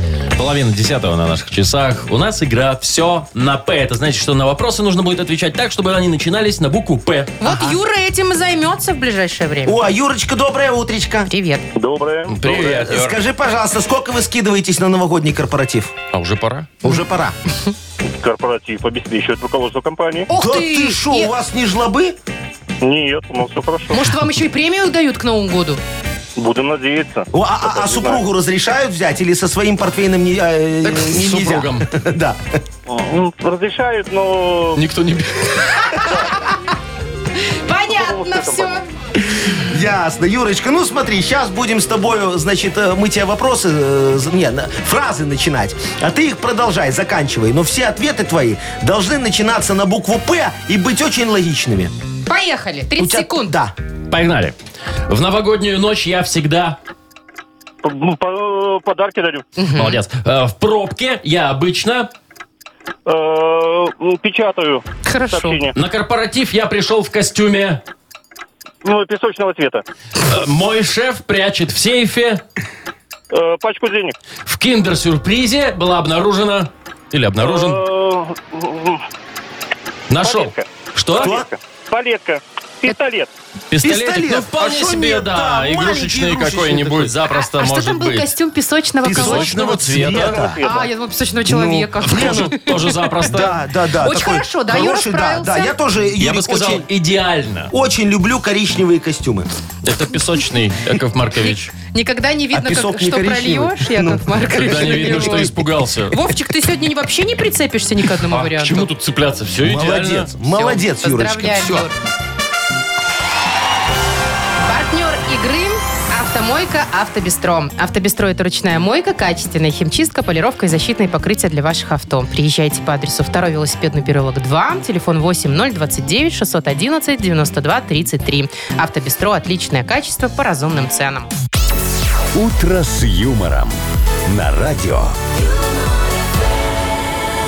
B: Половина десятого на наших часах. У нас игра «Все на П». Это значит, что на вопросы нужно будет отвечать так, чтобы они начинались на букву «П».
G: Вот Юра этим и займется в ближайшее время.
D: О, а Юрочка, доброе утречко. Э,
G: Привет.
H: Доброе.
B: Привет, Юр.
D: Скажи, пожалуйста, сколько вы скидываетесь на новогодний корпоратив?
B: А уже пора?
D: Уже пора.
H: Корпоратив обеспечивает руководство компании.
G: Ух
D: да
G: ты!
D: ты шо,
G: И-
D: у вас не жлобы?
H: Нет, у нас все хорошо.
G: Может, вам еще и премию дают к Новому году?
H: Будем надеяться.
D: О, а- а, а супругу разрешают взять или со своим портфейном не, э,
B: Так
D: не-
B: с
D: нельзя?
B: супругом.
D: Да.
H: М, Ну, Разрешают, но...
B: Никто не...
G: Ну,
C: Понятно
H: Что-то
C: все.
D: Ясно, Юрочка. Ну смотри, сейчас будем с тобой, значит, э, мы тебе вопросы, э, з- не, на- фразы начинать, а ты их продолжай, заканчивай. Но все ответы твои должны начинаться на букву П и быть очень логичными.
C: Поехали.
D: У
C: 30
D: тебя-
C: секунд.
D: Да.
B: Погнали. В новогоднюю ночь я всегда...
H: М, ну, по- Подарки дарю.
B: Молодец. Э, В пробке я обычно...
H: Э, м, Печатаю
C: Хорошо.
H: сообщение.
B: На корпоратив я пришел в костюме...
H: Ну, песочного цвета.
B: Э, Мой шеф прячет в сейфе...
H: Э, Пачку денег.
B: В киндер-сюрпризе была обнаружена... Или обнаружен...
H: Э, м,
B: Нашел.
H: палетка.
B: Что?
D: Что?
H: Палетка. Пистолет.
B: Пистолетик?
D: Пистолет.
B: Ну, вполне
D: А шо
B: себе,
D: нет,
B: да.
D: да, маленький
B: Игрушечный
D: игрушечный
B: какой-нибудь
D: такой.
B: запросто
G: а что
B: может
G: там был
B: быть.
G: костюм песочного кого?
B: Песочного цвета.
H: Цвета.
C: А, я думала,
D: Ну,
C: песочного
G: А
C: человека.
B: Тоже, тоже запросто.
D: Да, да, да.
C: Очень
D: такой
C: хорошо, да, Юра
D: хороший, да, да.
C: справился.
D: Я тоже,
B: Я
D: Юрик,
B: бы сказал,
D: очень,
B: идеально.
D: очень люблю коричневые костюмы.
B: Это песочный, Яков Маркович.
C: Никогда не видно,
D: А песок
C: как-
D: не
C: что
D: коричневый. Ну,
C: прольешь, Яков Маркович.
B: Когда не видно, что испугался.
C: Вовчик, ты сегодня не- вообще не прицепишься ни к одному
B: А к
C: варианту.
B: чему тут цепляться? Все идеально.
D: Молодец, молодец, Юрочка.
C: Поздравляем,
D: Все.
C: Юр. Партнер игры Автомойка Автобестро. Автобестро – это ручная мойка, качественная химчистка, полировка и защитные покрытия для ваших авто. Приезжайте по адресу 2 велосипедный переулок 2, телефон 8029 611 92 33. Автобестро – отличное качество по разумным ценам.
A: «Утро с юмором» на радио.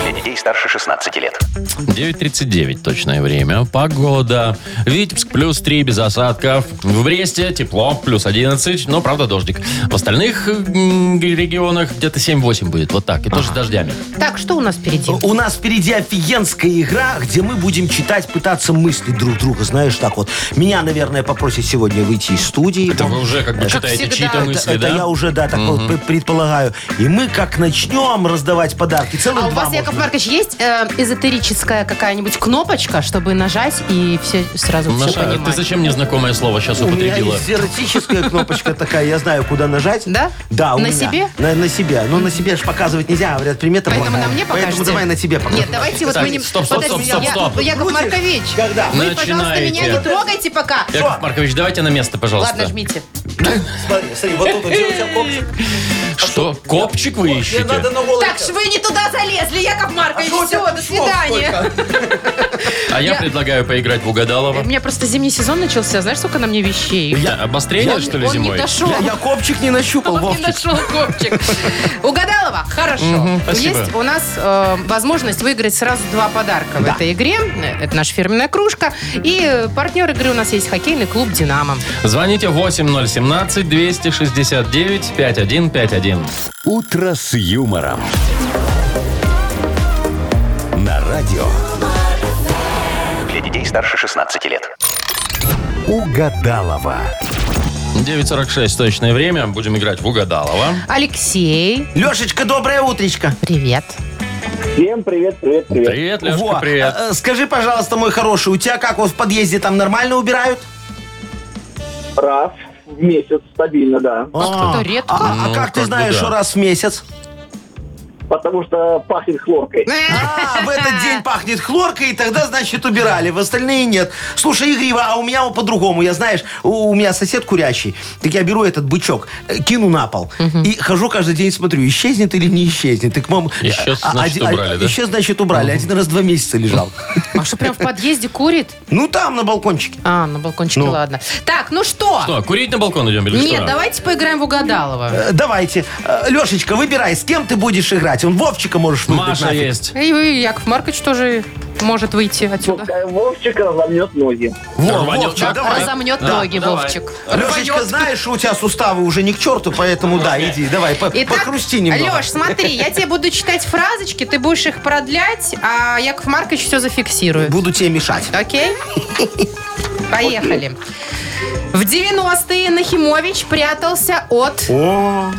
E: Для детей старше 16 лет.
B: 9.39 точное время. Погода. Витебск плюс 3 без осадков. В Бресте тепло плюс 11, но правда дождик. В остальных м, регионах где-то 7-8 будет. Вот так. И тоже с дождями.
C: Так, что у нас впереди?
D: У нас впереди офигенская игра, где мы будем читать, пытаться мысли друг друга. Знаешь, так вот. Меня, наверное, попросят сегодня выйти из студии.
B: Это вы уже как бы читаете
C: всегда,
B: чьи-то
C: это-
D: А, Это,
B: мысли,
D: это я
B: да?
D: уже, да, так вот пр- предполагаю. И мы как начнем раздавать подарки. Целых
C: А у
D: два
C: вас,
D: можно.
C: Яков Маркович, есть э, эзотерическая какая-нибудь кнопочка, чтобы нажать и все сразу все
B: Маша, а ты
C: понимать?
B: зачем незнакомое слово сейчас
D: У меня
B: употребила?
D: есть эротическая кнопочка такая, я знаю, куда нажать.
C: Да?
D: Да, у
C: На
D: меня.
C: себе?
D: На, на себе. Но на себе же показывать нельзя, говорят, примета
C: Поэтому
D: благая.
C: на мне
D: Поэтому
C: покажете?
D: давай на тебе покажем.
K: Нет, давайте вот
B: Так,
K: мы не...
B: стоп, стоп,
K: Подожди,
B: стоп, стоп,
K: я-
B: стоп.
K: Яков
D: Крутишь?
K: Маркович,
D: Когда?
K: вы,
B: Начинаете.
K: пожалуйста, меня не трогайте пока.
B: Яков Маркович, давайте на место, пожалуйста.
C: Ладно, жмите.
D: Смотри, смотри, вот тут вот, где у тебя копчик.
B: Что? Копчик вы
D: Мне
B: ищете?
D: надо на голову.
K: Так, ж вы не туда залезли,
D: А
K: Яков Маркович. Все, до свидания.
B: А я предлагаю поиграть в
C: У
B: угадалово.
C: меня просто зимний сезон начался. а Знаешь, сколько на мне вещей?
B: Да, Обострение, что ли,
C: Он не
B: зимой?
C: дошел.
D: Я, я копчик не нащупал,
C: Он не
D: Вовчик.
C: нашел копчик. Угадалова? Хорошо. Ну,
B: Мгм, спасибо.
C: Есть у нас э, возможность выиграть сразу два подарка в этой игре. Это наша фирменная кружка. И э, партнер игры у нас есть хоккейный клуб «Динамо».
B: Звоните 8017-269-5151.
A: «Утро с юмором». На радио
E: Для детей старше 16 лет.
A: «Угадалова».
B: 9.46 точное время. Будем играть в угадалово.
C: Алексей,
D: Лешечка, доброе утречко.
C: привет.
H: Всем привет, привет, привет.
B: Привет, Лешка,
D: Во,
B: привет.
D: э, э, Скажи, пожалуйста, мой хороший, у тебя как вот в подъезде там нормально убирают?
H: Раз в месяц стабильно, да.
C: Как-то редко.
D: А, а
B: Ну,
D: как
B: как бы
D: ты знаешь,
B: да.
D: что раз в месяц?
H: Потому что пахнет хлоркой.
D: А, в этот день пахнет хлоркой, и тогда, значит, убирали. В остальные нет. Слушай, Игорь, а у меня вот по-другому. Я, знаешь, у, у меня сосед курящий. Так я беру этот бычок, э, кину на пол. И хожу каждый день смотрю, исчезнет или не исчезнет. И к мам... а,
B: Исчез, значит, убрали, да?
D: Исчез, значит, убрали. Один раз два месяца лежал.
C: А что, прям в подъезде курит?
D: Ну, там, на балкончике.
C: А, на балкончике,
D: Ну.
C: ладно. Так, ну что?
B: Что, курить на балкон идем или
C: Нет,
B: что?
C: давайте поиграем в угадалово.
D: Э, Давайте. Э, Лешечка, выбирай, с кем ты будешь играть. Он Вовчика можешь выбрать.
B: Маша
D: нафиг.
B: есть.
C: И вы, Яков Маркович тоже может выйти отсюда.
H: Пускай Вовчик разомнет ноги.
D: Во,
B: Рванет
D: Вовчик,
B: так, а
D: давай.
C: Разомнет
B: Да,
C: ноги,
B: давай.
C: Вовчик.
D: Лешечка, знаешь, что у тебя суставы уже не к черту, поэтому да, иди, давай, по- покрусти немного.
C: Леш, смотри, я тебе буду читать фразочки, ты будешь их продлять, а Яков Маркович все зафиксирует.
D: Буду тебе мешать.
C: Окей? Поехали. В 90-е Нахимович прятался от...
D: О,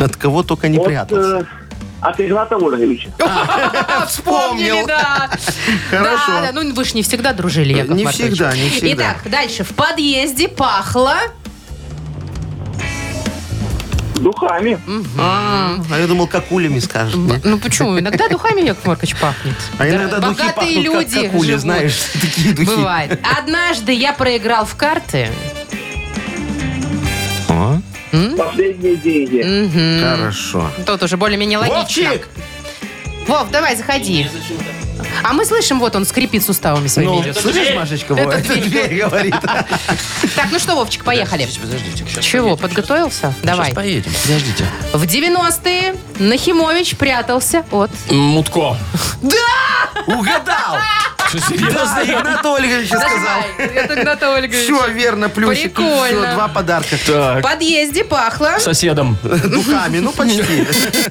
D: от кого только не
H: От,
D: прятался.
H: э, от Игната Ольговича.
D: вспомнил.
C: да.
D: Хорошо.
C: Да, да, ну вы ж не всегда дружили, Яков
D: Не
C: Маркович.
D: всегда, не всегда.
C: Итак, дальше. В подъезде пахло...
H: Духами.
D: А я думал, какулями скажешь.
C: Ну почему? Иногда духами Яков Маркович пахнет.
D: А иногда
C: Да,
D: духи
C: Богатые
D: пахнут
C: люди
D: как какули,
C: живут.
D: знаешь, такие духи.
C: Бывает. Однажды я проиграл в карты.
H: Последние деньги.
C: Мгм.
D: Хорошо.
C: Тут уже более-менее логично.
D: Вовчик!
C: Вов, давай, заходи. А мы слышим, вот он скрипит суставами своими.
D: Ну,
C: идет.
D: слышишь, Машечка, вот это дверь говорит.
C: Так, ну что, Вовчик, поехали.
B: Подождите, сейчас.
C: Чего, подготовился? Давай.
B: поедем, подождите.
C: В 90-е Нахимович прятался от...
B: Мутко.
D: Угадал!
B: Что, серьезно?
D: Да, Игнат Ольгович сказал.
C: Это Игната
D: Все, верно, плюсик.
C: Прикольно.
D: Все, два подарка.
C: В
B: Так,
C: подъезде пахло.
B: соседом.
D: Духами, ну почти.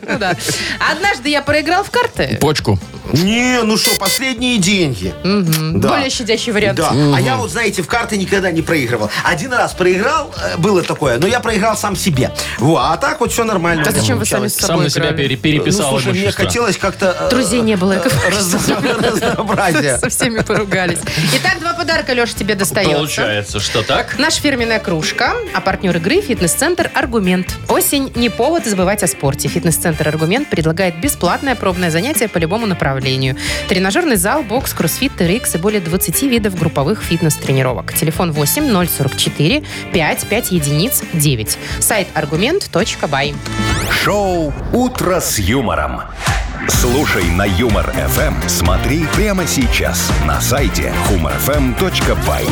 C: Ну да. Однажды я проиграл в карты.
B: Почку.
D: Не, ну что, последние деньги.
C: Мгм.
D: Да.
C: Более щадящий вариант.
D: Да, а я вот, знаете, в карты никогда не проигрывал. Один раз проиграл, э, было такое, но я проиграл сам себе. Во, а так вот все нормально.
C: А зачем вы сами
D: Получалось.
C: с
B: Сам
C: собой
B: на себя
C: играли?
B: пере- переписал
D: Ну, слушай, мне
B: имущество.
D: хотелось как-то... э,
C: Друзей не было, Яков
D: э,
C: Маркович.
D: раз- Разнообразие.
C: Со всеми поругались. Итак, два подарка, Леша, тебе достается.
B: Получается, что так?
C: Наша фирменная кружка, а партнер игры – фитнес-центр «Аргумент». Осень – не повод забывать о спорте. Фитнес-центр «Аргумент» предлагает бесплатное пробное занятие по любому направлению. Тренажерный зал, бокс, кроссфит, TRX и более 20 видов групповых фитнес-тренировок. Телефон 8 044 5 5 единиц 9. Сайт «Аргумент.бай».
A: Шоу «Утро с юмором». Слушай на Юмор ФМ. Смотри прямо сейчас на сайте humorfm.by.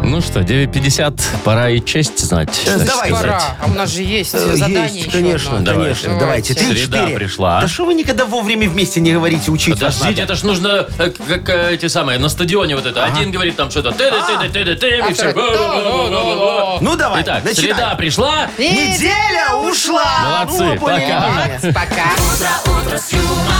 B: Ну что, 9.50, пора и честь знать.
D: Э,
B: так
D: давай.
B: сказать.
C: Пора. А у нас же есть
D: Э,
C: задание
D: Есть, конечно,
B: одно.
D: конечно.
C: Давайте.
D: Давайте. Три,
B: Среда
D: четыре.
B: пришла.
D: Да что вы никогда вовремя вместе не говорите, учить вас
B: Подождите,
D: надо.
B: это ж нужно, э, как э, эти самые, на стадионе вот это. Один говорит там что-то, ты ты ты ты ты и все.
D: Ну давай,
B: Итак,
D: начинай.
B: среда пришла.
D: Неделя ушла.
B: Молодцы,
D: Ну, более-менее.
B: пока.
C: Пока.
L: утро с юмором.